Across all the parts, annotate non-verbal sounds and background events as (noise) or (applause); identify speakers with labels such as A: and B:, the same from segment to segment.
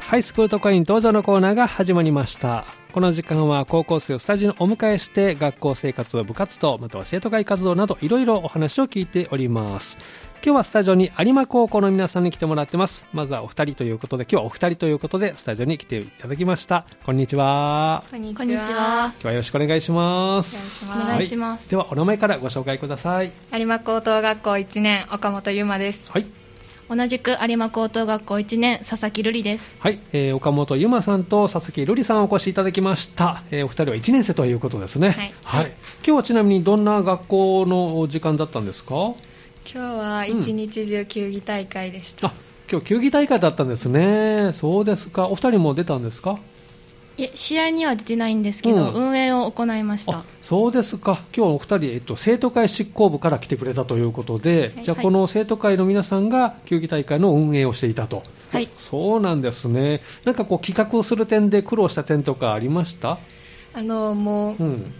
A: ハイスクール特化員登場のコーナーが始まりました。この時間は高校生をスタジオにお迎えして、学校生活、部活動、または生徒会活動など、いろいろお話を聞いております。今日はスタジオに有馬高校の皆さんに来てもらってます。まずはお二人ということで、今日はお二人ということで、スタジオに来ていただきました。こんにちは。
B: こんにち
C: こんにちは
B: は。
A: 今日はよろしくお願いします。
B: お
C: お願いします
A: はいでは、お名前からご紹介ください。
B: 有馬高等学校1年、岡本優馬です。
A: はい。
C: 同じく有馬高等学校1年佐々木瑠璃です
A: はい、えー岡本ゆまさんと佐々木瑠璃さんをお越しいただきました、えーお二人は1年生ということですね
C: はい
A: はい、今日はちなみにどんな学校の時間だったんですか
B: 今日は一日中球技大会でした。
A: あ今日球技大会だったんですねそうですかお二人も出たんですか
C: いえ試合には出てないんですけど、
A: うん
C: 運営を行いました
A: あそうですか今日はお二人、えっと、生徒会執行部から来てくれたということで、
C: はい
A: じゃあ
C: はい
A: この生徒会の皆さんが球技大会の運営をしていたと
C: はい
A: そうなんですねなんかこう企画をする点で苦労した点とかありました
B: あの、もう
A: うん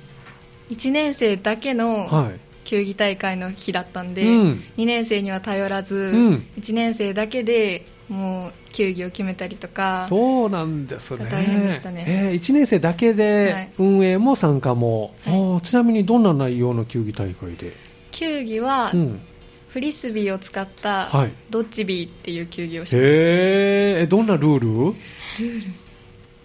B: 1年生だけの
A: い
B: 球技大会の日だったんで、
A: うん
B: 2年生には頼らず
A: うん、
B: 1年生だけでもう球技を決めたりとか、
A: そうなんですね。
B: 大変でしたね
A: え1年生だけ
B: は
A: で
B: い
A: 運営も参加も、
B: は
A: あ
B: い
A: ーちなみにどんな内容の球技大会で、
B: 球技は
A: うん、
B: フリスビーを使った
A: はい
B: ドッジビーっていう球技をしました。
A: へーえどんなルール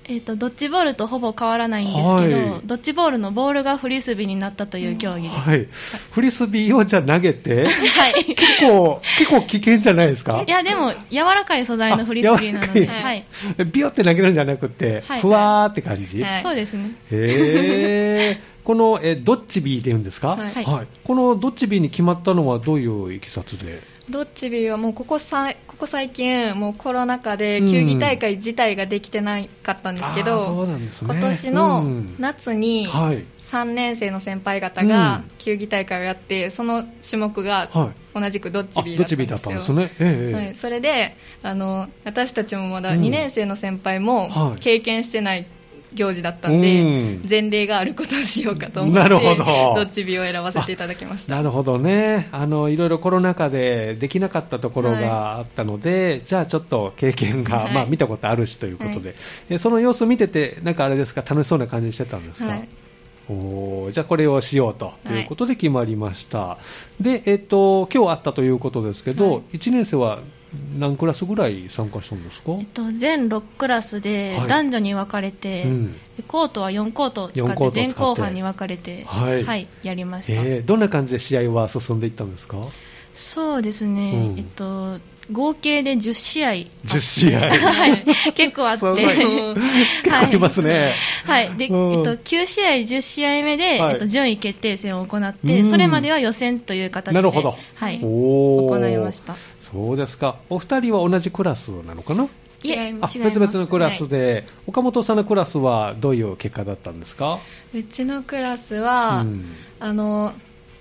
C: えー、とドッジボールとほぼ変わらないんですけど、
A: はい
C: ドッジボールのボールがフリスビーになったという競技です、は
A: はい、フリスビーをじゃあ投げて
C: い
A: 結構結構危険じゃないですか
C: いやでも柔らかい素材のフリスビーな
A: あ
C: の
A: 柔
C: で、
A: らか
B: い
C: はい
A: えビヨって投げるんじゃなくて、
C: はい
A: ふわーって感じ、
B: はい
C: そうですね
A: へーこのえドッチビーって言うんですか、
B: はい
C: はい
A: このドッチビーに決まったのはどういういきさつで
B: ドッジビーはもうここさいここ最近、もうコロナ禍で球技大会自体ができてなかったんですけ
A: あ
B: ど、
A: ーそうなんですね
B: 今年
A: う
B: の
A: ん
B: 夏に
A: はい
B: 3年生の先輩方
A: う
B: が
A: ん
B: 球技大会をやって、その種目が
A: はい
B: 同じくドッジ
A: あ
B: ビ
A: どっち
B: ー
A: ビー
B: だ
A: だ
B: っ
A: った
B: た
A: ん
B: ん
A: で
B: ですすよ。
A: ね。ええ
B: はい、それであの私たちもまだ
A: うん
B: 2年生の先輩も
A: はい
B: 経験してない行事だったんで、
A: うん
B: 前例があることをしようかと思って
A: なるほど
B: ドッジビーを選ばせていただきました
A: なるほどね。あの、いろいろコロナ禍でできなかったところがあったので、じゃあちょっと経験が、
B: はい
A: まあ見たことあるしということで、えその様子見てて、なんかあれですか、楽しそうな感じしてたんですか、
B: はい
A: おーじゃあこれをしようと
B: い
A: いうことで決まりました。で、えっと、今日あったということですけど、
B: はい
A: 1年生は何クラスぐらい参加したんですか、
C: えっと、全6クラスで
A: はい
C: 男女に分かれて、
A: うん
C: コートは4コートを使
A: 四
C: っ
A: コート
C: て
A: を使って
C: 前後半に分かれて、
A: はい
C: やりました、
A: えーどんな感じで試合は進んでいったんですか
C: そうですね、
A: うん
C: えっと、合計で10試合、
A: 10試合。
C: はい、結構あっ
A: すごい
C: て、
A: 結構ありますね。
C: (laughs) はいでえっ
A: うん
C: と、9試合、10試合目で、
A: はい
C: えっと、順位決定戦を行っ
A: う
C: て、
A: ん
C: それまでは予選という形で、
A: なるほど
C: はい、
A: おー
C: 行いました。
A: そうですか。お二人は同じクラスなのかない
B: 違
C: え
B: い
A: あ
B: ます
A: 別々のクラスで、岡本さんのクラスはどういう結果だったんですか
B: うちのクラスは、
A: うん
B: あの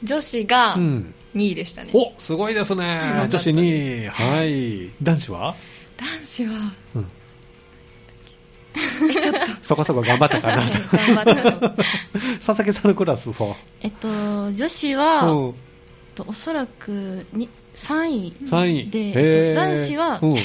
B: 女子が
A: う
B: 2
A: ん
B: 位でしたね、
A: おすごいですね
B: すごかっ。た
A: 女子に。はい。男子は、
B: 男子
A: (laughs)
B: は
A: うん、
B: えちょっと
A: そこそこ頑張ったか
B: (laughs)
A: なと。
B: 頑張った
A: (laughs)
B: と
A: 佐々木さんのクラスは、
C: えっと、女子
A: う
C: は、えっ
A: ん、
C: とおそらくに3
A: 3
C: 位
A: 位。
C: で、
A: へー
C: えっと男子は
A: うん
C: い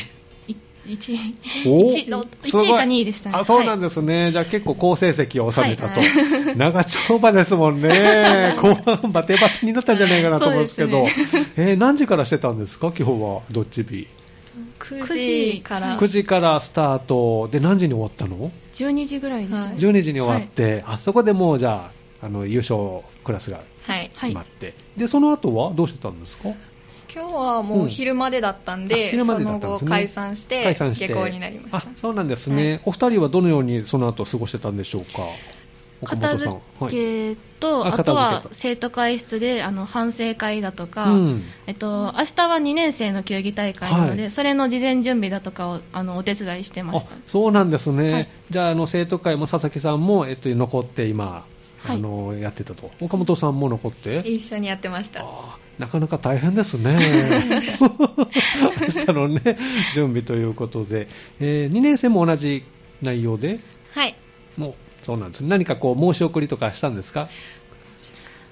C: 一位
A: お
C: (laughs) 一の
A: すご
C: 一位か二位でしたね
A: あそうなん
C: はい
A: ですね、じゃあ結構好成績を収めたと、
B: は
A: 長丁場ですもんね、
B: (laughs)
A: 後半バテバテになったんじゃないかなと思うんですけど、
C: そうで
A: えー何時からしてたんですか、今日は、どっち日、
B: 9時から
A: 9時からスタートで、何時に終わったの
C: 12時ぐらいですね、
B: はい
A: 12時に終わって、あそこでもうじゃああの優勝クラスが
B: はい
C: はい
A: 決まって、でその後はどうしてたんですか
B: 今日はもう昼までだったんで,、
A: うんあ昼ま
B: そ
A: でだ
B: の
A: ったんですね
B: 後解散して
A: 解散して
B: 下校になりました
A: あそうなんですね、お二人はどのようにその後過ごしてたんでしょうか岡
C: 片
A: 本さん
C: 付
A: はい
C: けと、
A: はいあ
C: あと
A: 片
C: は
A: 付けと
C: 生徒会室であの反省会だとか、
A: うん
C: えっと明日は2年生の球技大会なので、
A: はい
C: それの事前準備だとかをあのお手伝いしてました
A: あそうなんですね、
C: はい
A: じゃああの生徒会も佐々木さんも、えっと、残って今、
C: は
A: あ
C: い
A: のやってたと岡本さんも残って
B: 一緒にやってました
A: あーなかなか大変ですね明 (laughs) 日のね準備ということで、え2年生も同じ内容で
B: はい
A: もうそうなんです何かこう申し送りとかしたんですか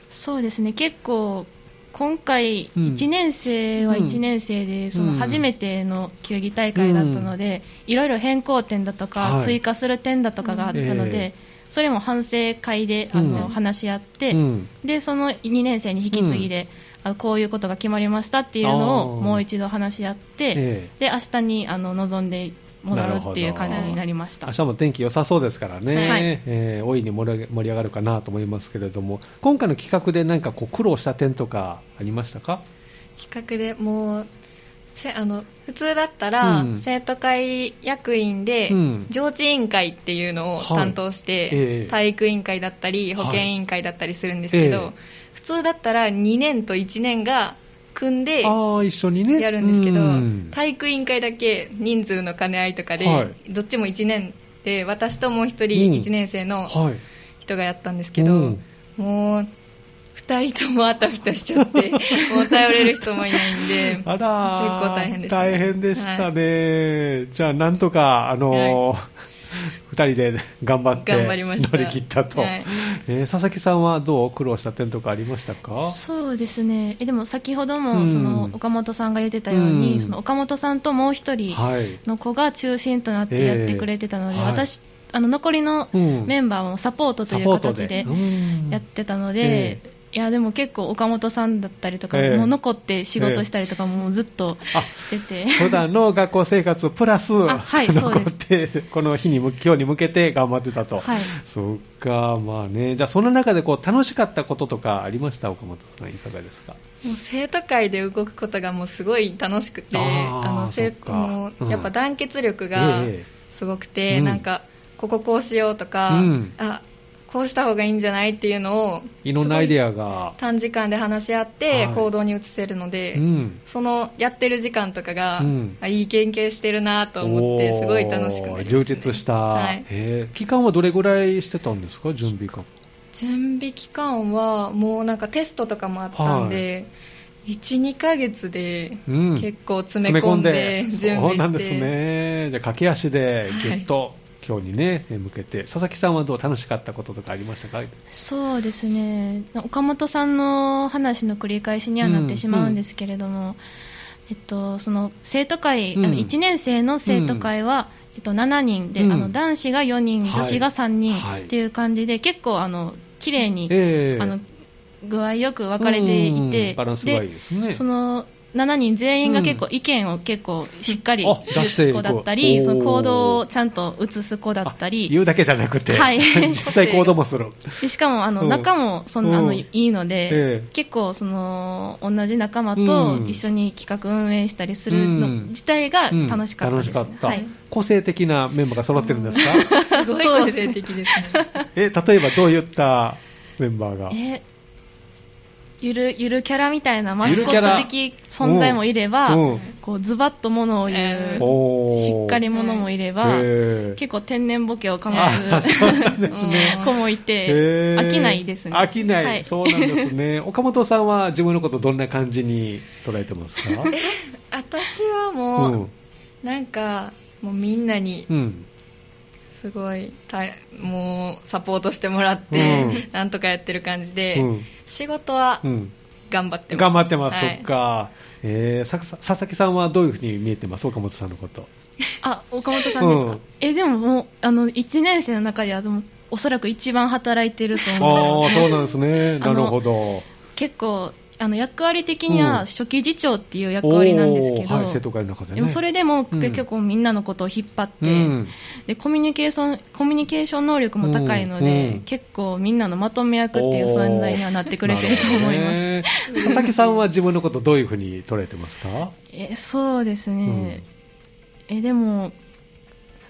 C: そうですね結構今回、
A: うん
C: 1年生は1年生で、その
A: うん
C: 初めての球技大会だったので、いろいろ変更点だとか、
A: はい
C: 追加する点だとかがあったので、
A: ええ
C: それも反省会であ
A: う
C: の、
A: ん
C: 話し合って、
A: うん
C: でその2年生に引き継ぎで、あのこういうことが決まりましたっていうの
A: あ
C: を
A: ー
C: もう一度話し合って、
A: ええ
C: で明日にあの臨んでもらうっていう感じになりました
A: 明。日も天気良さそうですからね、
C: はい
A: えー大いに盛り上げ盛り上がるかなと思いますけれども、今回の企画で何かこう苦労した点とかありましたか、
B: 企画でもうせあの普通だったら、
A: うん
B: 生徒会役員で、
A: うん
B: 上智委員会っていうのを担当して、
A: はいええ
B: 体育委員会だったり
A: はい
B: 保健委員会だったりするんですけど、
A: ええ
B: 普通だったら2年と1年が組んで
A: ああ一緒にね
B: やるんですけど、
A: うん
B: 体育委員会だけ人数の兼ね合いとかで、
A: は
B: どっちも1年で私ともう1人
A: うん
B: 1年生の
A: はい、
B: 人がやったんですけど、
A: うん
B: もう2人ともあたふたしちゃって
A: (laughs)
B: もう頼れる人もいないんで
A: あらー
B: 結構大変でしたね
A: 大変でしたね、じゃあなんとか、あのー (laughs) 二人で頑張って
B: 頑張りました
A: 乗り切ったと、
B: はい
A: えー佐々木さんはどう苦労した点とかありましたか
C: そうですねえでも先ほど
A: う
C: も
A: ん
C: その岡本さんが言ってたように、
A: うん
C: その岡本さんともう一人
A: はい、
C: の子が中心となってやってくれてたので、
A: ええはい
C: 私あの残りの
A: うん
C: メンバーもサポートと
A: サ
C: いう
A: ポート
C: 形で
A: うん
C: やってたので、
A: え
C: いやでも結構岡本さんだったりとか、
A: ええ
C: もう残って仕事したりとかもずっと
A: あ
C: してて、
A: 普段の学校生活プラス、
C: あはいそう
A: 残
C: で
A: って、この日に向、今日に向けて頑張ってたと。
C: はい
A: そっか、まあね。じゃあ、その中でこう、楽しかったこととかありました岡本さん、いかがですか
B: もう生徒会で動くことがもうすごい楽しくて
A: あー
B: の生
A: そっか
B: も
A: うん
B: うやっぱ団結力が
A: ええ
B: すごくて、
A: うん
B: なんかこここうしようとか、
A: うん
B: あこうした方がいいんじゃないっていうのを
A: いろんなアイデ
B: ア
A: アが。
B: 短時間で話し合って
A: はい
B: 行動に移せるので、
A: うん。
B: そのやってる時間とかが、
A: うん
B: あいい研究してるなと思ってすごい楽しくなり
A: お
B: ます、
A: ー
B: ね、
A: 充実した、
B: はい、
A: へえ期間はどれぐらいしてたんですか準備が
B: 準備期間はもうなんかテストとかもあったんで、12ヶ月で
A: うん
B: 結構詰め込んで準備して
A: そうなんですねじゃあ駆け足でぎゅっと、今日にね向けて佐々木さんはどう楽しかったこととかありましたか
C: そうですね岡本さんの話の繰り返しにはなってしまうんですけれども、えっと、その生徒会、
A: うん
C: あの1年生の生徒会は、えっと、7人で、
A: うん
C: あの男子が4人、
A: はい
C: 女子が3
A: はい
C: 人っていう感じで、結構あの綺麗に、
A: ええ
C: あの具合よく分かれてい
A: うん
C: て、
A: バランスがいいですね
C: でその7人全員が結構意見を結構しっかり
A: あ
C: 言
A: 出していく
C: う子だったり、その行動
A: おー
C: をちゃんと移す子だった
A: あ
C: り。
A: 言うだけじゃなくて、
C: はい
A: (laughs) 実際行動も
C: (laughs)
A: する
C: でしかもあの、
A: うん
C: 仲もそんなあ
A: う
C: の
A: ん
C: いいので、
A: ええ
C: 結構その同じ仲間と
A: うん
C: 一緒に企画運営したりするの
A: うん
C: 自体が楽しかったです、ね
A: うん楽しかった
C: はい、
A: 個性的なメンバーが揃ってるんですか、
B: すごい個性的ですね
A: え例えばどういったメンバーが
C: えゆるゆるキャラみたいなマスコ
A: ゆる
C: ッ
A: キャラ
C: ト的存在もいれば、
A: うん
C: こうズバッとものを言
B: え
C: う、
A: おー
C: しっかりものもいれば、
A: ええ
C: 結構天然ボケを構
A: あそうなん
C: え
A: で
C: ず
A: すね
C: 子もいて、
A: へー
C: 飽きないですね
A: 飽きない、
C: はい
A: そうなんです
C: (laughs)
A: ね。岡本さんは自分のことどんな感じに捉えてますか
B: 私はもう、
A: うん。
B: なんかもうみんなに
A: うん。
B: すごいたもうサポートしてもらって、
A: うん
B: なんとかやってる感じで、
A: うん。
B: 仕事は
A: うん。
B: 頑張ってます、
A: 頑張ってます、
B: はい
A: そっか。えー、ささ佐々木さんはどういうふうに見えてます岡本さんのこと。
C: あ岡本さんですか、
A: うん
C: えでももうあの1年生の中ではでもおそらく一番働いてると
A: ああ
C: 思
A: ー、
C: う
A: そうなんですね。な
C: あの
A: るほど。
C: 結構あの役割的に
A: うん
C: は初期次長っていう役割なんですけ
A: お
C: ど、
A: ーはい、生徒会の中でね。
C: でもそれでも
A: うん
C: 結構みんなのことを引っ張って、
A: うん。
C: でコミュニケーションコミュニケーション能力も高いので、
A: うん
C: 結構みんなのまとめ役っていう存在にはなってくれてると思います、
A: ます。
C: (laughs)
A: 佐々木さんは自分のことどういうふうに捉えてますか
C: えそうですね、えでも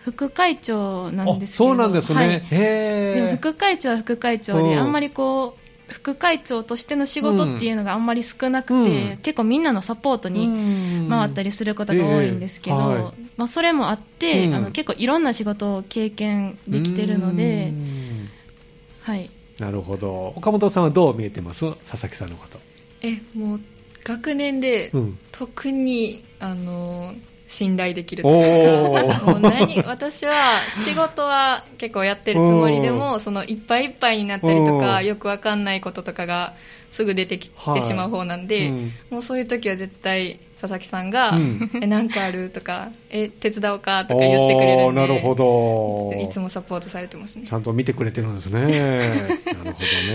C: 副会長なんですけど
A: あそうなんですね。
C: はい
A: へー
C: でも副会長は副会長
A: う
C: で、
A: ん
C: あんまりこう、副会長としての仕事っていうのがあんまり少なくて、
A: うん
C: 結構みんなのサポートに回ったりすることが多いんですけど、
A: うんええはい
C: まあ、それもあって、
A: うん
C: あの結構いろんな仕事を経験できてるので
A: う、ん
C: はい、
A: なるほど岡本さんはどう見えてます佐々木さんのこと、
B: えもう学年で
A: うん
B: 特にあの信頼できると
A: お
B: いうかも
A: ー
B: う何私は仕事は結構やってるつもりで
A: う
B: もそのいっぱいいっぱいになったりと
A: う
B: か
A: ん
B: よくわかんないこととかがすぐ出てき
A: はい
B: てしまう方なんで、
A: うん
B: もうそういう時は絶対佐々木さんが「
A: うん
B: (laughs) えなんかある?」とか「え手伝おうか?」とか言ってくれる
A: おー
B: んで
A: なるほど
B: いつもサポートされてますね
A: ちゃんと見てくれてるん
B: (laughs)
A: ですね。なるほど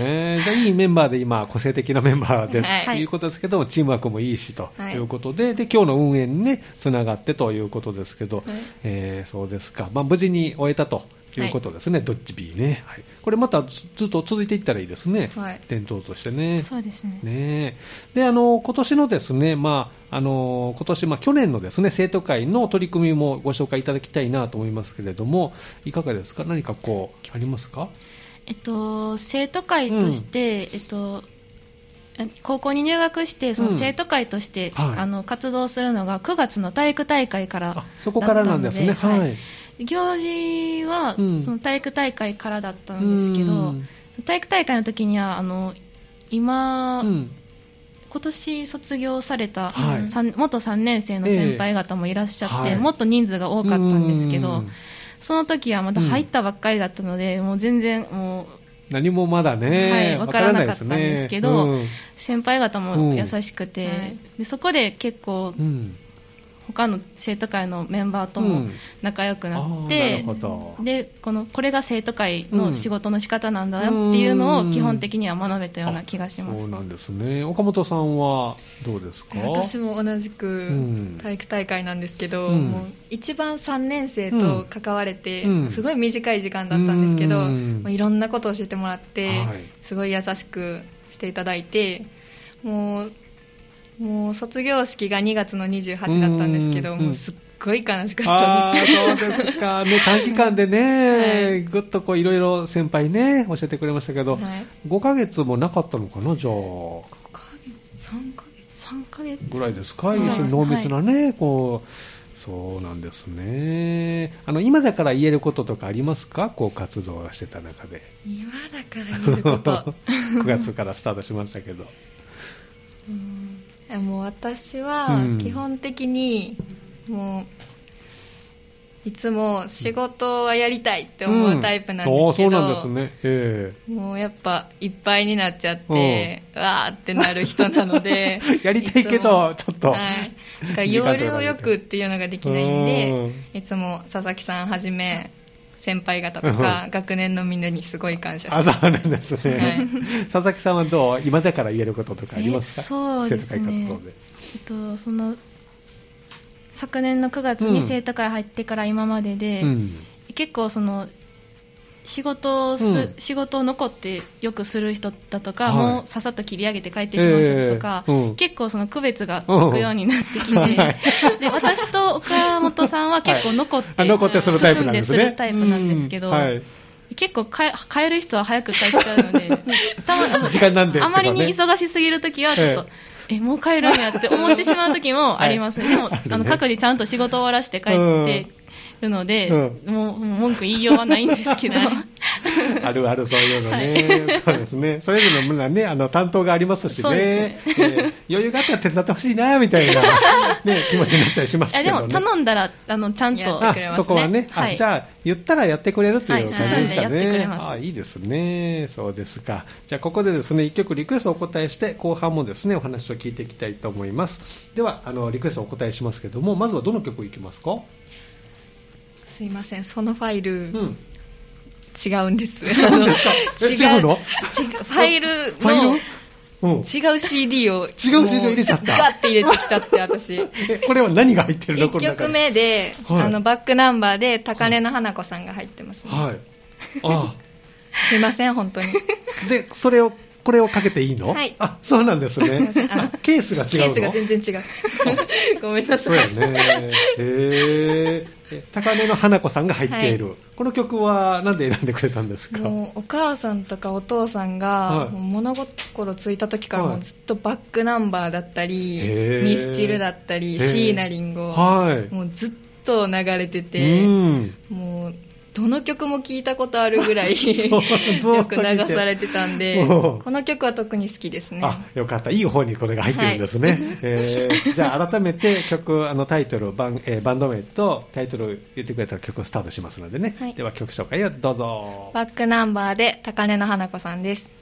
A: ね。じゃあ、いいメンバーで、今、個性的なメンバーで、
B: はい
A: ということですけども、チームワークもいいし、と
B: はい
A: いうことで、で、今日の運営にね、つながってということですけど、えーそうですか。まあ、無事に終えたということですね、ドッジ B ね。はい。これまたずずっと続いていったらいいですね。
B: はい
A: 伝統としてね。
C: そうですね
A: ねえ。で、あの、今年のですね、まあ、あの、今年、まあ、去年のですね、生徒会の取り組みもご紹介いただきたいなと思いますけれども、いかがですか何かこう、ありますか
C: えっと、生徒会として、えっと、え高校に入学して、その
A: うん
C: 生徒会として、
A: はい
C: あの活動するのが9月の体育大会から
A: あ、そこからなんですね。
C: だったの
A: はい。
C: で行事は、
A: うん
C: その体育大会からだったんですけど、
A: うん
C: 体育大会の時には、あの今、
A: うん。
C: 今年卒業された、
A: はい
C: 三元3年生の先輩方もいらっしゃって、
A: ええはい
C: もっと人数が多かったんですけ
A: う
C: ど
A: ん、
C: その時はまだ入ったばっかりだったので、もう全然、もう
A: 何もまだね、
C: はいわからなかったんですけど
A: わからないですね
C: 先輩方も優しくて、
B: うんはい
C: でそこで結構
A: うんうん
C: 他の生徒会のメンバーとも仲良くなっ
A: あー
C: て
A: な、るほど
C: でこのこれが生徒会
A: うん
C: の仕事の仕方なんだなっていうの
A: う
C: を
A: ん
C: 基本的には学べたような気がしま
A: そ
C: す
A: う。なんですね岡本さんはどうですか
B: 私
A: も
B: も同じ
A: うん
B: く体育大会なんですけど、
A: うん
B: もう一番3年生と関われて、
A: うん
B: すごい短い時間だったんですけど、
A: うん
B: もういろんなことを教えてもらって、
A: はい
B: すごい優しくしていただいてもうもう卒業式が2月の28だったんですけど、
A: うん
B: もうすっごい悲しかった
A: あ
B: で
A: あーそうですか、
B: (laughs)
A: ね、短期間で
B: は
A: ね、
B: い
A: ぐっとこういろいろ先輩ね、教えてくれましたけど、
B: す。はい
A: 5ヶ月もなかったのかな、じゃあ、
B: 五ヶ月3ヶ月
C: 3ヶ月
A: ぐらいですか、
C: はい
A: 要するに濃密なね、こう、そうなんですね、あの今だから言えることとかありますか、こう活動してた中で、
B: 今だから言えること
A: (laughs) 9月からスタートしましたけど、
B: うんいやもう私は
A: うん
B: 基本的にもういつも仕事はやりたいって思うタイプなんですけど、
A: うんあーそうなんですね、え
B: もうやっぱいっぱいになっちゃって、うわーってなる人なので
A: え (laughs) やりたいけど、ちょっと。
B: はい、だから
A: 時間とかかけて
B: 要領よくっていうのができないんで
A: う
B: いつも佐々木さんはじめ先輩方とか学年のみんなにすごい感謝
A: あ
B: して
A: そうなんですね、
B: はい
A: 佐々木さんはどう今だから言えることとかありますか
C: えそうですね
A: 生徒会活動で
C: えっとその昨年の9月に生徒会入ってから今までで、
A: うん
C: 結構その仕事をす、
A: うん
C: 仕事を残ってよくする人だと
A: は
C: か、
A: い
C: もうささっと切り上げて帰ってしまう人とか、
A: ええうん
C: 結構その区別がつくようになってきて、で私と岡本さんは結構残って、
A: あ残ってするタイプなんですね
C: 進んでするタイプなんですけど、
A: うんはい
C: 結構か帰る人は早く帰っちゃうので
A: (laughs)
C: たまあの
A: 時間なんで
C: あまりに
A: とか
C: 忙しすぎるときはちょっと、
A: え
C: えもう帰るんやって思ってしまうときもありますね、で
A: (laughs)
C: も
A: あるね
C: あの各自ちゃんと仕事終わらして帰ってるので、
A: う
C: もうもう文句言いようはないんです
A: (laughs)
C: けど
A: あるあるそういうのね、そうですねそれぞれの村ねあの担当がありますし
C: そう
A: ね
C: で
A: えー余裕があったら手伝ってほしいなみたいな、ね、気持ちになったりします
C: いや
A: け
C: で
A: ど、ね、
C: も頼んだらあのちゃんと
B: いや
A: あ
B: くれますね
A: そこはね、あ
C: はい
A: じゃあ、言ったらやってくれるという感じですかね、
B: はい進んで
C: やってくれます
A: あいいですね、そうですか、じゃあ、ここでですね一曲リクエストをお答えして、後半もですねお話を聞いていきたいと思います。では、あのリクエストをお答えしますけども、まずはどの曲いきますか、
B: すいませんそのファイ
A: う
B: ル、
A: ん、
B: 違うんで
A: (laughs)
B: す。
A: うんですかえ違
B: あの
A: うの
B: 違うファイル
A: ファイル
B: の
A: うん、
B: 違う CD を。
A: 違う CD を入れちゃった
B: もうガッて入れてきちゃっ
A: (laughs)
B: て、私。
A: えこれは何が入ってるの、
B: 1
A: この中
B: 曲
A: に
B: 目で、
A: はい
B: あの、バックナンバーで、高根の花子さんが入ってますね、
A: はい、あ
B: すいません、
A: (laughs)
B: 本当に。
A: でそれをこれをかけていいの、
B: はい
A: あそうなんです
B: すいま
A: ね
B: せんあの
A: あケースが
B: ケ
A: 違う
B: ー
A: の
B: スが全然違う。 (laughs) ごめんな
A: そう
B: さ
A: や
B: い。
A: ね。へえ。高根の花子さんが入っている。
B: は
A: この曲はなんで選んでくれたんですか。
B: もうお母さんとかお父さんが、
A: はい
B: もう物心ついた時から
A: はい
B: もうずっとバックナンバーだったり、
A: へー
B: ミスチルだった
A: へ
B: り
A: ー
B: 椎名林檎
A: はい。
B: もうずっと流れてて、
A: うん。
B: もうどの曲も聴いたことあるぐらい (laughs)
A: そうずー
B: よ
A: っ
B: く
A: と
B: 流
A: 見て
B: されてたんで
A: おう
B: この曲は特に好きですね
A: あよかった、いい方にこれが入ってるんですね、えーじゃあ、改めて曲、あのタイトルをバン、えーバンド名とタイトルを言ってくれたら曲をスタートしますのでね、
B: はい
A: では曲紹介をどうぞ。
B: バックナンバーで高根の花子さんです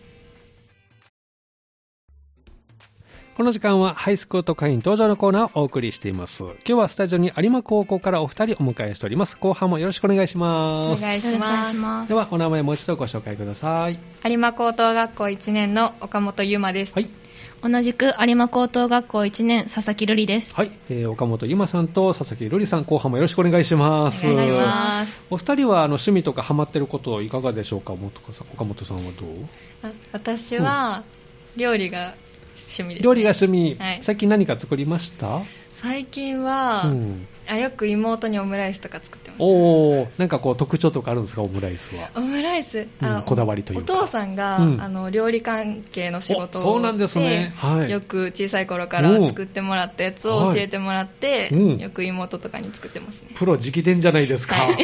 A: この時間はハイスクート会員登場のコーナーをお送りしています。今日はスタジオに有馬高校からお二人お迎えしております。後半もよろしくお願いし
B: お
A: ます。
B: 願い
C: よろ
B: し
C: しくお願
B: ま
C: いし
B: す
C: ます
A: では、お名前もう一度ご紹介ください。
B: 有馬高等学校1年の岡本優真です、
A: はい。
C: 同じく有馬高等学校1年佐々木瑠璃です
A: はい。えー岡本ゆまさんと佐々木瑠璃さん、後半もよろしくお願いします。
B: お願いし
C: ま
B: ます
A: お二人はあの趣味とかハマってることいかがでしょうか元子さん岡本さんはどう
B: あ私は料理が趣味です、
A: 料理が趣味、
B: はい
A: 最近何か作りました
B: 最近は、
A: うん、
B: あよく妹にオムライスとか作ってます
A: おーなんかこう特徴とかあるんですかオムライスは
B: オムライス、
A: うんこだわりというか
B: お父さんが、
A: うん
B: あの料理関係の仕事を
A: おそうなんですねはい
B: よく小さい頃から作ってもらったやつを教えてもらって、
A: はいうん
B: よく妹とかに作ってますね
A: プロ直伝じゃないですか、 (laughs)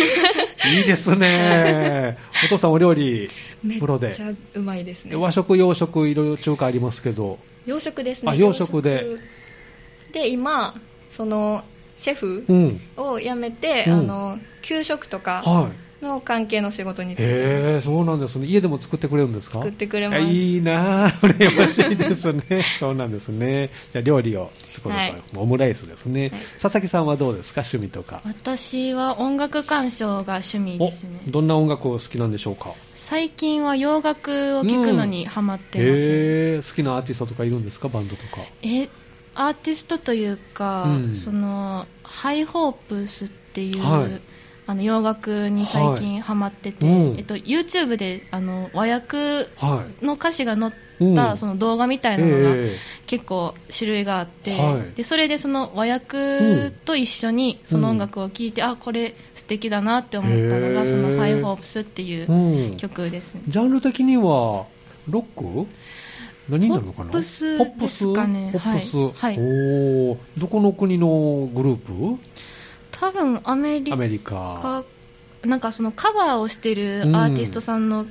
A: い、いです
B: (laughs)
A: ねお父さんお料理
B: めっ
A: プロで
B: ちゃうまいですね
A: 和食洋食いろいろ中華ありますけど
B: 洋食ですね
A: あ洋食で
B: 洋食で今そのシェフ
A: うん
B: を辞めて、
A: うん
B: あの給食とか
A: はい
B: の関係の仕事について
A: へえそうなんですね家でも作ってくれるんですか
B: 作ってくれます
A: あいいなあ (laughs) 羨ましいですね
C: (laughs)
A: そうなんですねじゃあ料理を作ると、
B: はい
A: オムライスですね、
B: はい
A: 佐々木さんはどうですか趣味とか
C: 私は音楽鑑賞が趣味ですね
A: おどんな音楽を好きなんでしょうか
C: 最近は洋楽を聴くのにハマってま
A: へ
C: す、
A: え好きなアーティストとかいるんですかバンドとか
C: えアーティストというか、
A: うん
C: そのハイホープスっていう、
A: はい
C: あの洋楽に最近ハマってて、
A: うん
C: えっと、YouTube であの和訳
A: は
C: の歌詞が載っ
A: い、う
C: たその動画みたいなのが、
A: え
C: 結構種類があって、
A: はい
C: でそれでその和
A: う
C: 訳
A: ん
C: と一緒にその音楽を聴いて、あこれ素敵だなって思ったの
A: へー
C: がその「ハイホープスってい
A: え
C: う
A: うん、ジ
C: 曲ですね。
A: ャンル的にはロック何になるのかな
C: ポップス
A: ポップス
C: ですかね
A: ポップス、
C: はいはい
A: おーどこの国のグルー
C: 多分アメリ
A: プア
C: カ
A: メリカ
C: なんかそのカバーをしてるアーティストさんの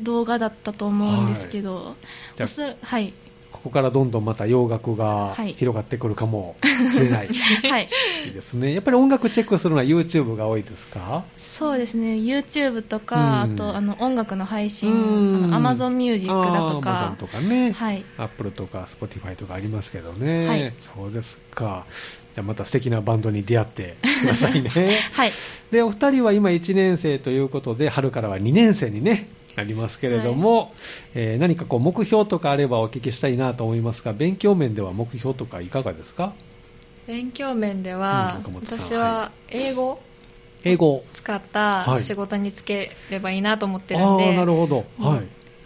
C: 動画だったと思うんですけど、
A: じゃあ
C: おそらはい、
A: ここからどんどんまた洋楽が
C: はい
A: 広がってくるかもしれ
C: (laughs)
A: ない、 (laughs)
C: はい、
A: いいですね。やっぱり音楽チェックするのは YouTube が多いですか
C: そうですね YouTube とか、
A: うん
C: あとあの音楽の配信、
A: うん
C: あの Amazon ミュージックだと
A: あー Amazon
C: か
A: とかね。
C: はい、
A: Apple とか Spotify とかありますけどね。
C: はい
A: そうですか。じゃあまた素敵なバンドに出会ってください
C: (laughs)
A: ね。
C: はい、
A: で、お二人は今1年生ということで、春からは2年生にね、なりますけれども、えー何かこう目標とかあればお聞きしたいなと思いますが、勉強面では目標とかいかがですか
B: 勉強面では
A: うん、岡本さん
B: 私
A: は
B: は英語を
A: 英語。
B: 使っ
A: は
B: た
A: い
B: 仕事に就ければいいなと思ってる
A: あ
B: ん
A: あ
B: で、
A: ー、なるほど。は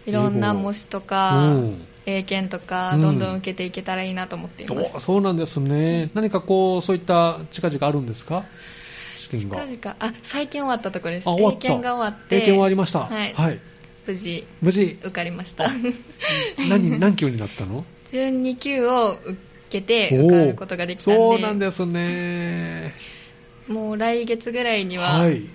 A: い。
B: いろんな
A: 英語
B: 模試とか、
A: うん
B: 英検と
A: う
B: か
A: ん
B: どんどん受けていけたらいいなと思っています、
A: おそうなんですね、何かこうそういった近々あるんですか試験が
B: 近々あ最近終わったところです
A: あ終わ
B: 英
A: った
B: 検が終わって
A: 経験はありました
B: はい無事
A: 無事
B: 受かりました (laughs)
A: 何何級になったの
B: 12級を受けて受かることができたんで
A: おーそうなんですね
B: もう来月ぐらいには
A: はい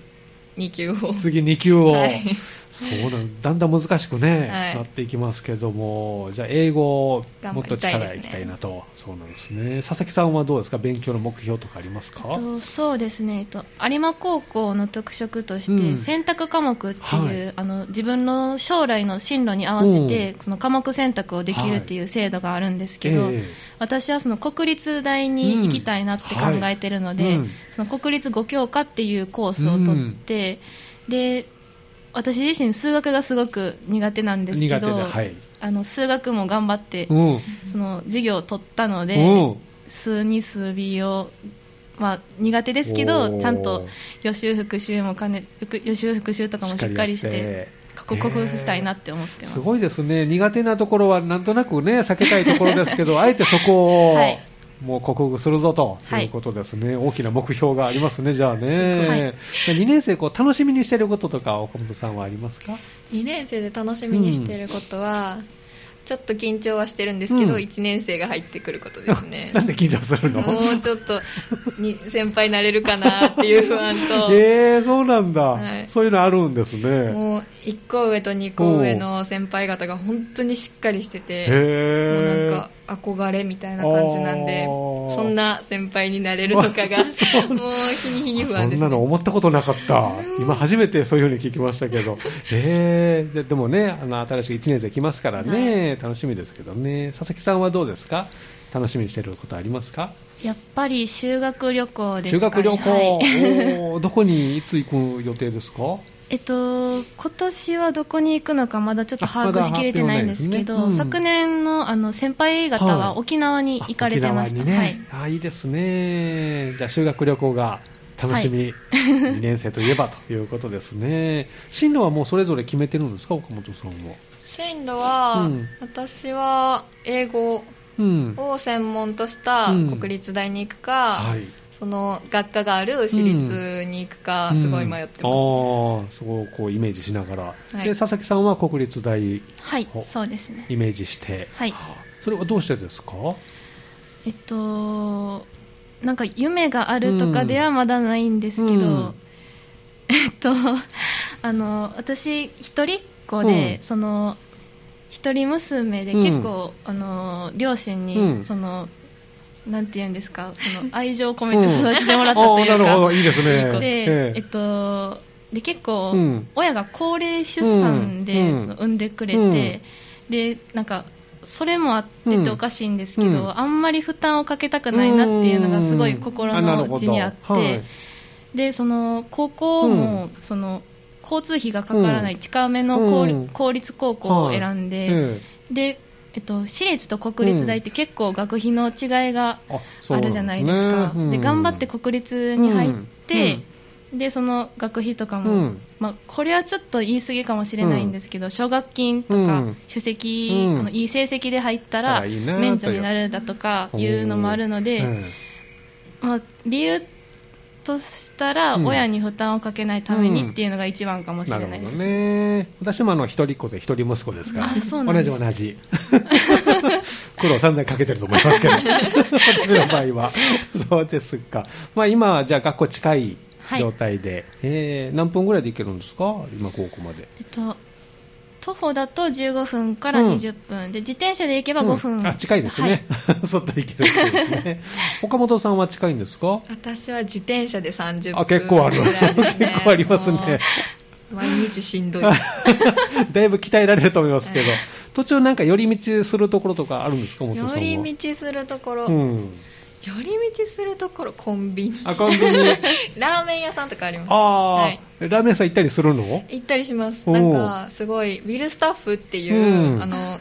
B: 2級を、
A: 次2級を、
B: はい
A: そうなんだんだん難しくね、
B: はい
A: なっていきますけどもじゃあ英語を
B: 頑
A: もっ
B: 張
A: と
B: りたいですね
A: 力いきたいなとそうなんですね佐々木さんはどうですか勉強の目標とかありますか
C: えっとそうですね、えっと、有馬高校の特色とし
A: うん
C: て選択科目っていう、
A: は
C: あの自分の将来の進路に合わせて、その科目選択をできるっていう制度があるんですけど、
A: え
C: 私はその国立大に行きたいなって考えてるので、
A: うんはいうん
C: その国立5教科っていうコースを取って、で私自身数学がすごく苦手なん
A: え
C: ですけ
A: 苦手で
C: ど、
A: はい、
C: あの数学も頑張って、
A: うんうん
C: その授業を取ったので、数2数 B を、まあ、苦手ですけ
A: お
C: ど
A: ー
C: ちゃんと予習復習も兼ね復予習復習とかもしっかりして克克服したいなって思ってます
A: すごいですね、苦手なところはなんとなくね、避けたいところですけ
B: (laughs)
A: ど、あえてそこを、
C: はい
A: もう克服するぞと
C: は
A: い
C: い
A: うことですね、大きな目標がありますね、じゃあね、
C: はい
A: 2年生こう、楽しみにしていることとか、岡本さんはありますか
B: 2年生で楽しみにしていることは、ちょっと緊張はしてるんですけど、
A: うん
B: 1年生が入ってくることですね
A: なんで緊張するの
B: もうちょっとに先輩になれるかなっていう不安と、
A: (laughs) えー、そうなんだ、
B: はい
A: そういうのあるんですね。
B: もう1個上と2個上の先輩方が本当にしっかりして
A: へ
B: て、もうな
A: え
B: んか憧れみたいな感じなんで
A: あー
B: そんな先輩になれるのか
A: (laughs)
B: がもう日に日に不
A: そ
B: 安
A: ん
B: です、
A: な
B: ね、
A: の思ったことなかった、今初めてそういうふうに聞きましたけ
C: (laughs)
A: ど、えー、ででもねあの、新しい1年生来ますからね、楽しみですけどね、佐々木さんはどうですか、楽しみにしてることありますか、
C: やっぱり修学旅行です
A: 修
C: かね
A: 学旅行、
C: はい、
A: おー (laughs) どこにいつ行く予定ですか、
C: えっと今年はどこに行くのかまだちょっと把握しきれてないんですけど、
A: あまだ発表
C: 昨
A: な
C: 年のあの先輩方
A: はい
C: は沖縄に行かれてました、
A: あ
C: は
A: 沖
C: い
A: 縄にね、あいいですね、じゃあ、修学旅行が楽し (laughs) み、2年生といえばということですね、進路はもうそれぞれ決めてるんですか、岡本さんは。
B: 進路は、
A: うん
B: 私は英語
A: うん
B: を専門とした
A: うん
B: 国立大に行くか、
A: はい
B: その学科がある私立に行くか、すごい迷って
A: う
B: ます、
A: んああそこをこうイメージしながら、
B: はい
A: で佐々木さんは国立大イ
C: はい
A: お
C: そうですね
A: メージして、
C: はい
A: それはどうしてですか
C: えっとなんか夢があるとかではまだないんですけ
A: う
C: ど、
A: ん
C: えっとあの私一人っ子で、
A: うん
C: その一人娘で
A: うん
C: 結構、あの両親に、
A: うん
C: そのなんて言うんですかその愛情を込めて育ててもらったと
A: あ (laughs)
C: い
A: あ
C: う
A: な
C: か、
A: るほどいいですね
C: で、
A: え
C: えっと、で結構、
A: うん
C: 親が高齢出産で、
A: うん
C: その産んでくれて、
A: うん
C: でなんかそれもあって
A: うん
C: ておかしいんですけ
A: う
C: ど、
A: ん
C: あんまり負担をかけたくないなっていうのがすごい心の内にあって、
A: うんなるほどはい
C: でその高校も、その交通費がかからな
A: う
C: い
A: ん
C: 近めの公立,、
A: うん
C: 公立高校を選んで、
A: え
C: でえっと、私立と国立大って結構学費の違いが
A: えあそう
C: あ
A: ん
C: る
A: です
C: じゃ
A: ね
C: ないですか、
A: うん
C: で頑張って国立に入って、でその学費とかも、
A: うん
C: まあ、これはちょっと言い過ぎかもしれないんですけど、奨学金と
A: う
C: か、
A: ん
C: 首席、
A: うん
C: あのいい成績で入った
A: だかららいいなという
C: 免除になるだとかいうのもあるので、
A: え
C: まあ、理由としたら、
A: うん
C: 親に負担をかけないため
A: うん
C: にっていうのが一番かも
A: え
C: し
A: な
C: れ
A: る
C: ない
A: ほ
C: で
A: ど
C: す。
A: ね私もあの一人っ子で一人息子ですから
C: あそうなんです
A: 同じ (laughs) 同じ苦労散々かけてると思い
C: (laughs)
A: ますけど私の場合はそうですか、まあ、今はじゃあ学校近い
C: はい
A: 状態で、えー何分ぐらいで行けるんですか今高校まで
C: えっと徒歩だと15分から20分、で自転車で行けば5分、
A: うんあ近いです
C: はい
A: ね、 (laughs) そっと行けるっていう
C: (laughs)
A: ね岡本さんは近いんですか
B: 私は自転車で30分
A: あ結構ある、
B: ぐらいですね
A: (laughs) 結構ありますね
B: もう毎日しんどい
A: だいぶ鍛えられると思いますけど、
B: はい
A: 途中なんか寄り道するところとかあるんですか本さんは
B: 寄り道するところ、
A: うん、
B: 寄り道するところコンビニ
A: あコンビニ
B: (laughs) ラーメン屋さんとかあります
A: ああ、
B: はい
A: ラーメン屋さん行ったりするの
B: 行ったりします
A: おう
B: なんかすごいウィルスタッフっていう、
A: うん
B: あの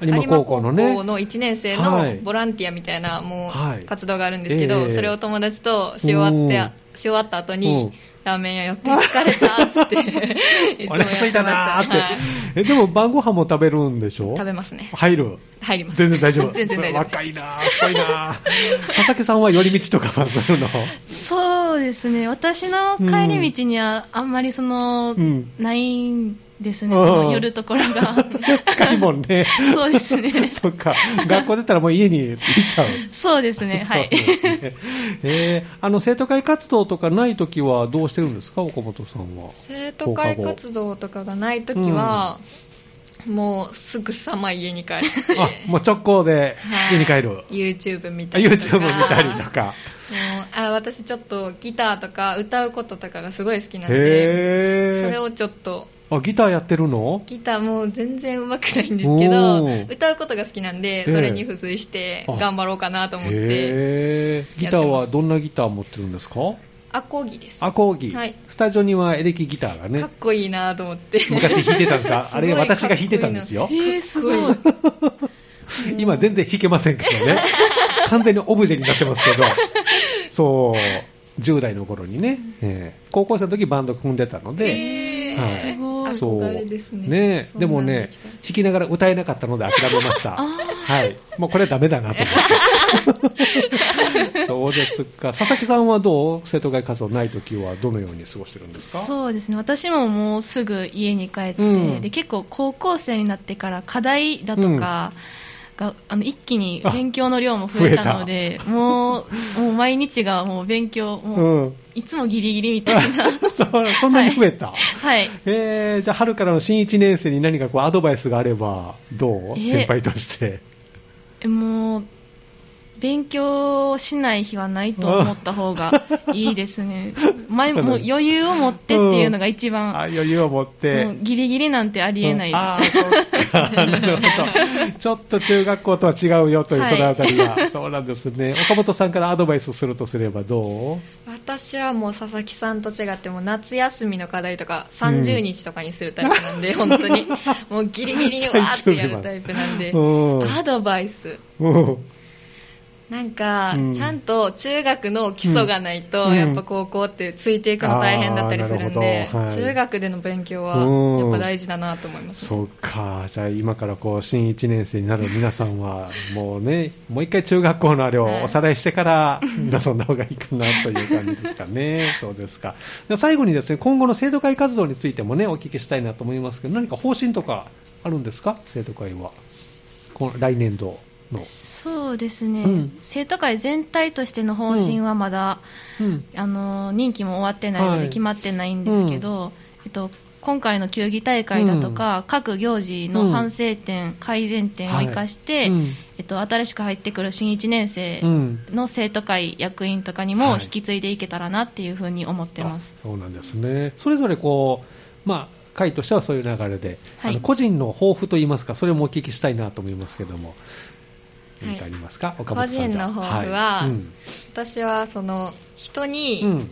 A: 有馬高校の
B: 有馬
A: ね
B: 高校の1年生
A: はい
B: のボランティアみたいなも
A: はいう
B: 活動があるんですけど、
A: ええ
B: それを友達とし終わって
A: うん
B: し終わった後
A: うん
B: にラーメン屋寄って疲れたってい
A: (laughs)
B: つ
A: お
B: も
A: 腹
B: やってま
A: 空
B: し
A: いたなーって、
B: はい
A: えでも晩ご飯も食べるんでしょ
B: 食べますね
A: 入る
B: 入ります
A: 全然大丈夫
B: (laughs) 全然大丈夫
A: 若いなーすごいなー佐々木さんは寄り道とかはす
B: (laughs)
A: るの
C: そうですね私の帰り道にはあんまりその、
A: うん
C: ないんですね、
A: うん
C: その寄るところが (laughs)
A: 近いもんね
C: そうですね
A: そっか学校出たらもう家に着いちゃう
C: そうですねはい
A: そうですねえーあの生徒会活動とかないときはどうしてるんですか岡本さんは
B: 生徒会活動とかがない時は、もうすぐさま家に帰って
A: あもう直行で
B: は
A: 家
B: い
A: に帰る、
B: YouTube 見
A: あ
B: たりとか
A: YouTube 見たりとか
B: もうあ私ちょっとギターとか歌うこととかがすごい好きなんで
A: へ
B: それ
A: ー
B: をちょっと
A: あギターやってるの
B: ギターもう全然上手くないんですけど
A: おー
B: 歌うことが好きなんで
A: ええ
B: それに付随して
A: あ
B: 頑張ろうかなと思って
A: へーギターはどんなギター持ってるんですか
B: アコギですか
A: アコーギ、
B: はい
A: スタジオにはエレキギターがね
B: っこいいなと思って
A: 昔弾いてたんですよ
B: すごい
A: あれ私が弾いてたんですよ
C: えー、すごい
B: かっいい
A: 今全然弾けませんけどね
B: (laughs)
A: 完全にオブジェになってますけどそう10代の頃にね、えー高校生の時バンド組んでたので、
B: (laughs) え
A: はい
C: すごい
A: そう
B: 憧れですね
A: ね
B: そん
A: で
B: なん
A: もね
B: きたい (laughs)
A: 弾きながら歌えなかったので諦めました
C: あー
A: はいもうこれはダメだなと思って
B: (laughs)
A: そうですか。佐々木さんはどう生徒会活動ない時はどのように過ごしてるんですか
C: そうですね私ももうすぐ家に帰って、
A: うん
C: で結構高校生になってから課題だとかが、あの一気に勉強の量も増えたのでもうもう毎日がもう勉強もう、
B: (laughs)
A: ん。 (laughs)
C: いつもギリギリみたい (laughs) な
A: そそんなに増えた、
C: はい
A: えー、じゃあ春からの新1年生に何かこうアドバイスがあればどう、
C: えー
A: 先輩として
C: えもう勉強しない日はないと思った方がいいです
A: (laughs)
C: ね前ももう余裕を持ってっていうのが一
A: あ
C: 番、
A: 余裕を持って、
C: もうギリギリなんてありえないです、
A: うん (laughs) あーそっかなるほどちょっと中学校とは違うよという、
C: はい
A: そのあたりはそうなんですね岡本さんからアドバイスするとすればどう
B: 私はもう佐々木さんと違ってもう夏休みの課題とか30日とかにするタイプなんで、本当にもうギリギリにわーってやるタイプな
A: (laughs)
B: んで、
A: うん
B: アドバイス
A: うん
B: なんか、
A: うん
B: ちゃんと中学の基礎がないと、
A: うん
B: やっぱ高校ってついていくの大変だったりするん
A: あ
B: で、
A: ーなるほどはい
B: 中学での勉強
A: うん
B: はやっぱ大事だなと思います、
A: そうかじゃあ今からこう新1年生になる皆さんはもうね (laughs) もう一回中学校のあれ
B: は
A: を
B: い
A: おさらいしてから臨んだ方がいいかなという感じですか
C: (laughs)
A: ねそうですかでは最後にですね今後の生徒会活動についてもねお聞きしたいなと思いますけど何か方針とかあるんですか生徒会はこの来年度の、
C: そうですね、
A: うん
C: 生徒会全体としての方針はまだ、
A: うん
C: あの任期も終わってないの
A: は
C: で
A: い
C: 決まってないんですけど、えっと、今回の球技大会だとか、各行事の反省点、改善点を生かして、
A: うん
C: えっと、新しく入ってくる新1年生
A: うん
C: の生徒会役員とかにも引き継いでいけたらなっていうふうに思ってます。
A: あそうなんですね。それぞれこう、まあ、会としてはそういう流れで、
C: はい
A: あの個人の抱負といいますか、それもお聞きしたいなと思いますけども、
B: い
A: 何かありますか、岡本さんじゃ
B: 個人の抱負はい
A: うん
B: 私はその人
A: う
B: に
A: ん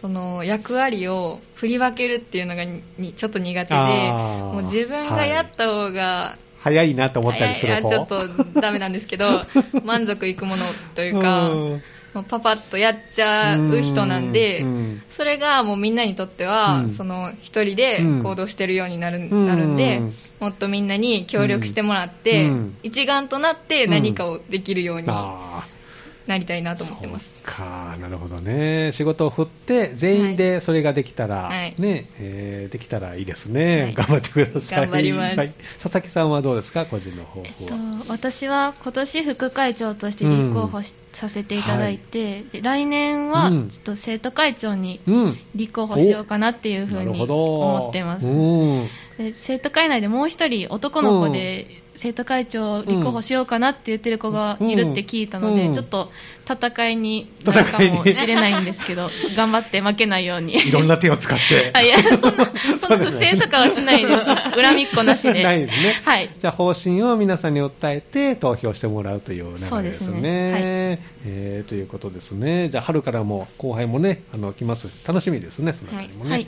B: その役割を振り分けるっていうのがににちょっと苦手で
A: あー
B: もう自分がやった方が、
A: 早いなと思った
B: 早
A: り
B: い
A: する
B: や
A: 方
B: ちょっとダメなんですけど
A: (laughs)
B: 満足いくものというか、
A: うん
B: もうパパッとやっちゃう人なんで、
A: うん
B: それがもうみんなにとっては、
A: うん
B: その一人で行動してるようになる,、
A: うん
B: なるんで
A: うん、
B: もっとみんなに協力してもらって、
A: うん
B: 一丸となって何かをできるようにな
A: あー
B: りたいなと思ってます。
A: そうかなるほどね仕事を振って全員でそれができたら、
B: はい
A: ねえーできたらいいですね、
B: はい
A: 頑張ってください
B: 頑張ります
A: はい、佐々木さんはどうですか個人の抱
C: えっ
A: 負
C: と
A: は、、
C: 私は今年副会長として立候補しさせていただいて、で来年は
A: うん
C: ちょっと生徒会長に
A: うん
C: 立候補しようかなっていうふ
A: な
C: う
A: る
C: に
A: ほど
C: 思ってます、
A: うん
C: で生徒会内でもう一人男の子で生徒会長立候補しようかなって言ってる子がいるって聞いたので、
A: うん
C: ちょっと戦いになるかもしれないんですけど頑張って負けないように
A: いろんな手を使
B: (laughs)
A: って。
C: あいや (laughs) そんなそんな不正とかはし (laughs) ないです恨みっこなし
A: (laughs)
C: で
A: ないですね。
C: はい
A: じゃあ方針を皆さんに訴えて投票してもらうという流れですね。
C: そうですねはい
A: えーということですね。じゃあ春からも後輩もね、あの、来ます。楽しみですね、そのあたりもね。
C: はいはい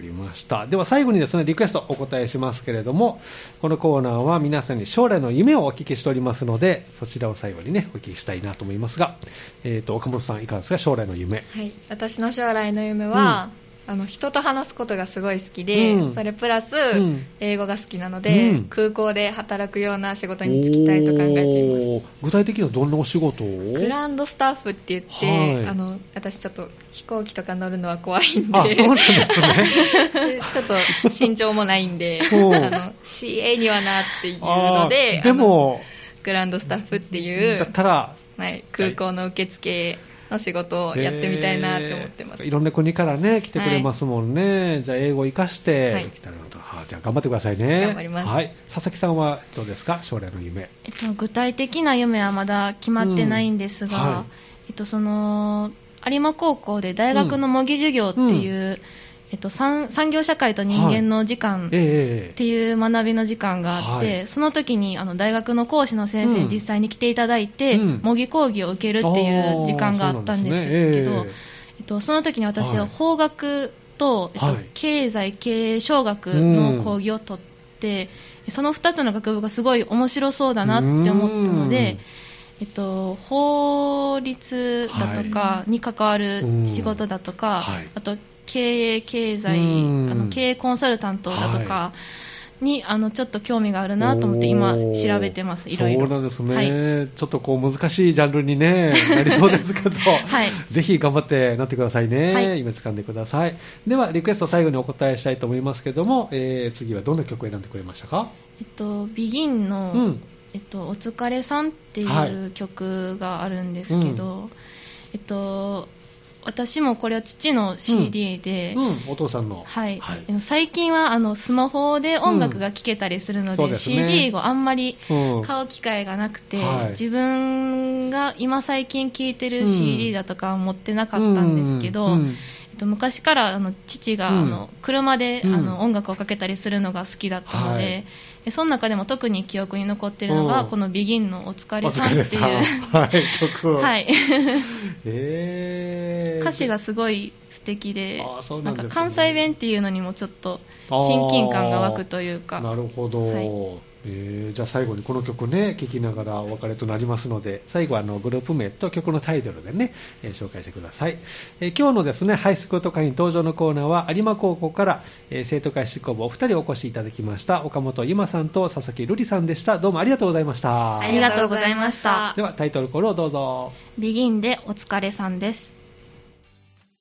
A: わかりました。では最後にですね、リクエストお答えしますけれども、このコーナーは皆さんに将来の夢をお聞きしておりますので、そちらを最後にね、お聞きしたいなと思いますが、えーと、岡本さんいかがですか、将来の夢。
B: はい、私の将来の夢は、あの人と話すことがすごい好きで、
A: うん
B: それプラス、
A: ん
B: 英語が好きなので、
A: うん
B: 空港で働くような仕事に就きたいと考えています。
A: おー具体的にはどんなお仕事を
B: グランドスタッフって言って、
A: はい
B: あの私ちょっと飛行機とか乗るのは怖いんで
A: あ、そうなんですね。
B: で (laughs) ちょっと身長もないんであ
A: おう
B: の CA にはなっていうの
A: あ
B: で
A: ーでも、
B: あのグランドスタッフってい
A: だっ
B: う、
A: たら、
B: はい、空港の受付の仕事をやってみたいなと思ってます、
A: えーいろんな国からね、来てくれますもんね。じゃあ、英語を活かして、
B: はい
A: 来たらなと。あじゃあ、頑張ってくださいね。
B: 頑張ります
A: はい。佐々木さんはどうですか将来の夢。
C: えっと、具体的な夢はまだ決まってないんですが、
A: うんはい
C: えっと、その有馬高校で大学の模擬授業っていう、えっと、産産業社会と人間の時間っ
A: ええ
C: ていう学びの時間があって、
A: はい
C: その時にあの大学の講師の先生に実際に来ていただいて、
A: うん
C: 模擬講義を受けるっていう時間があったんですけど。えっと、その時に私は
A: はい
C: 法学と、えっと
A: はい
C: 経済経営商学の講義を取って、その2つの学部がすごい面白そうだなって思ったので、えっと、法律だとかに関わる仕事だとか、
A: はい
C: あと経営経済あ
A: うん
C: の経営コンサルタントだとか、にあのちょっと興味があるなと思って今調べてますいろいろ
A: そうなんですね、
C: はい
A: ちょっとこう難しいジャンルに、
C: (laughs)
A: ね、なりそうですけど、
C: はい
A: ぜひ頑張ってなってくださいね、
C: はい
A: 今掴んでくださいではリクエスト最後にお答えしたいと思いますけども、えー次はどんな曲を選んでくれましたか
C: えっと、ビギンの、
A: うん
C: えっと「お疲れさん」って
A: はいいう
C: 曲があるんですけど、えっと私もこれは父の CD で、
A: うん、お父さんの
C: はい
A: はい
C: でも最近はあのスマホで音楽が聴けたりするの
A: う
C: で,、
A: んそうですね
C: CD をあんまり
A: うん
C: 買う機会がなくて、
A: はい
C: 自分が今最近聴い
A: う
C: て
A: ん
C: る CD だとかは持ってなかったんですけど、
A: うんうん
C: えっと、昔からあの父が、
A: うん
C: あの車で、
A: うん
C: あの音楽をかけたりするのが好きだったので、
A: はい
C: えその中でも特に記憶に残ってる
A: う
C: のが
A: ん
C: この「ビギンのお疲
A: お
C: れさん」
A: 疲
C: っ
A: れ
C: てい
A: さん
C: う、
A: はい、曲を、
C: (laughs) はい、
A: えー、
C: (laughs) 歌詞がすごい素敵で
A: あーそうなんですね
C: か関西弁っていうのにもちょっと親近感が湧くというか
A: なるほど、
C: はい
A: えーじゃあ最後にこの曲ね聴きながらお別れとなりますので最後はあのグループ名と曲のタイトルでね、えー紹介してください、えー今日のですねハイスクート会に登場のコーナーは有馬高校から、えー生徒会執行部お二人お越しいただきました岡本由真さんと佐々木瑠璃さんでしたどうもありがとうございました
C: ありがとうございました
A: ではタイトルコールをどうぞ
C: 「ビギンでお疲れさん」です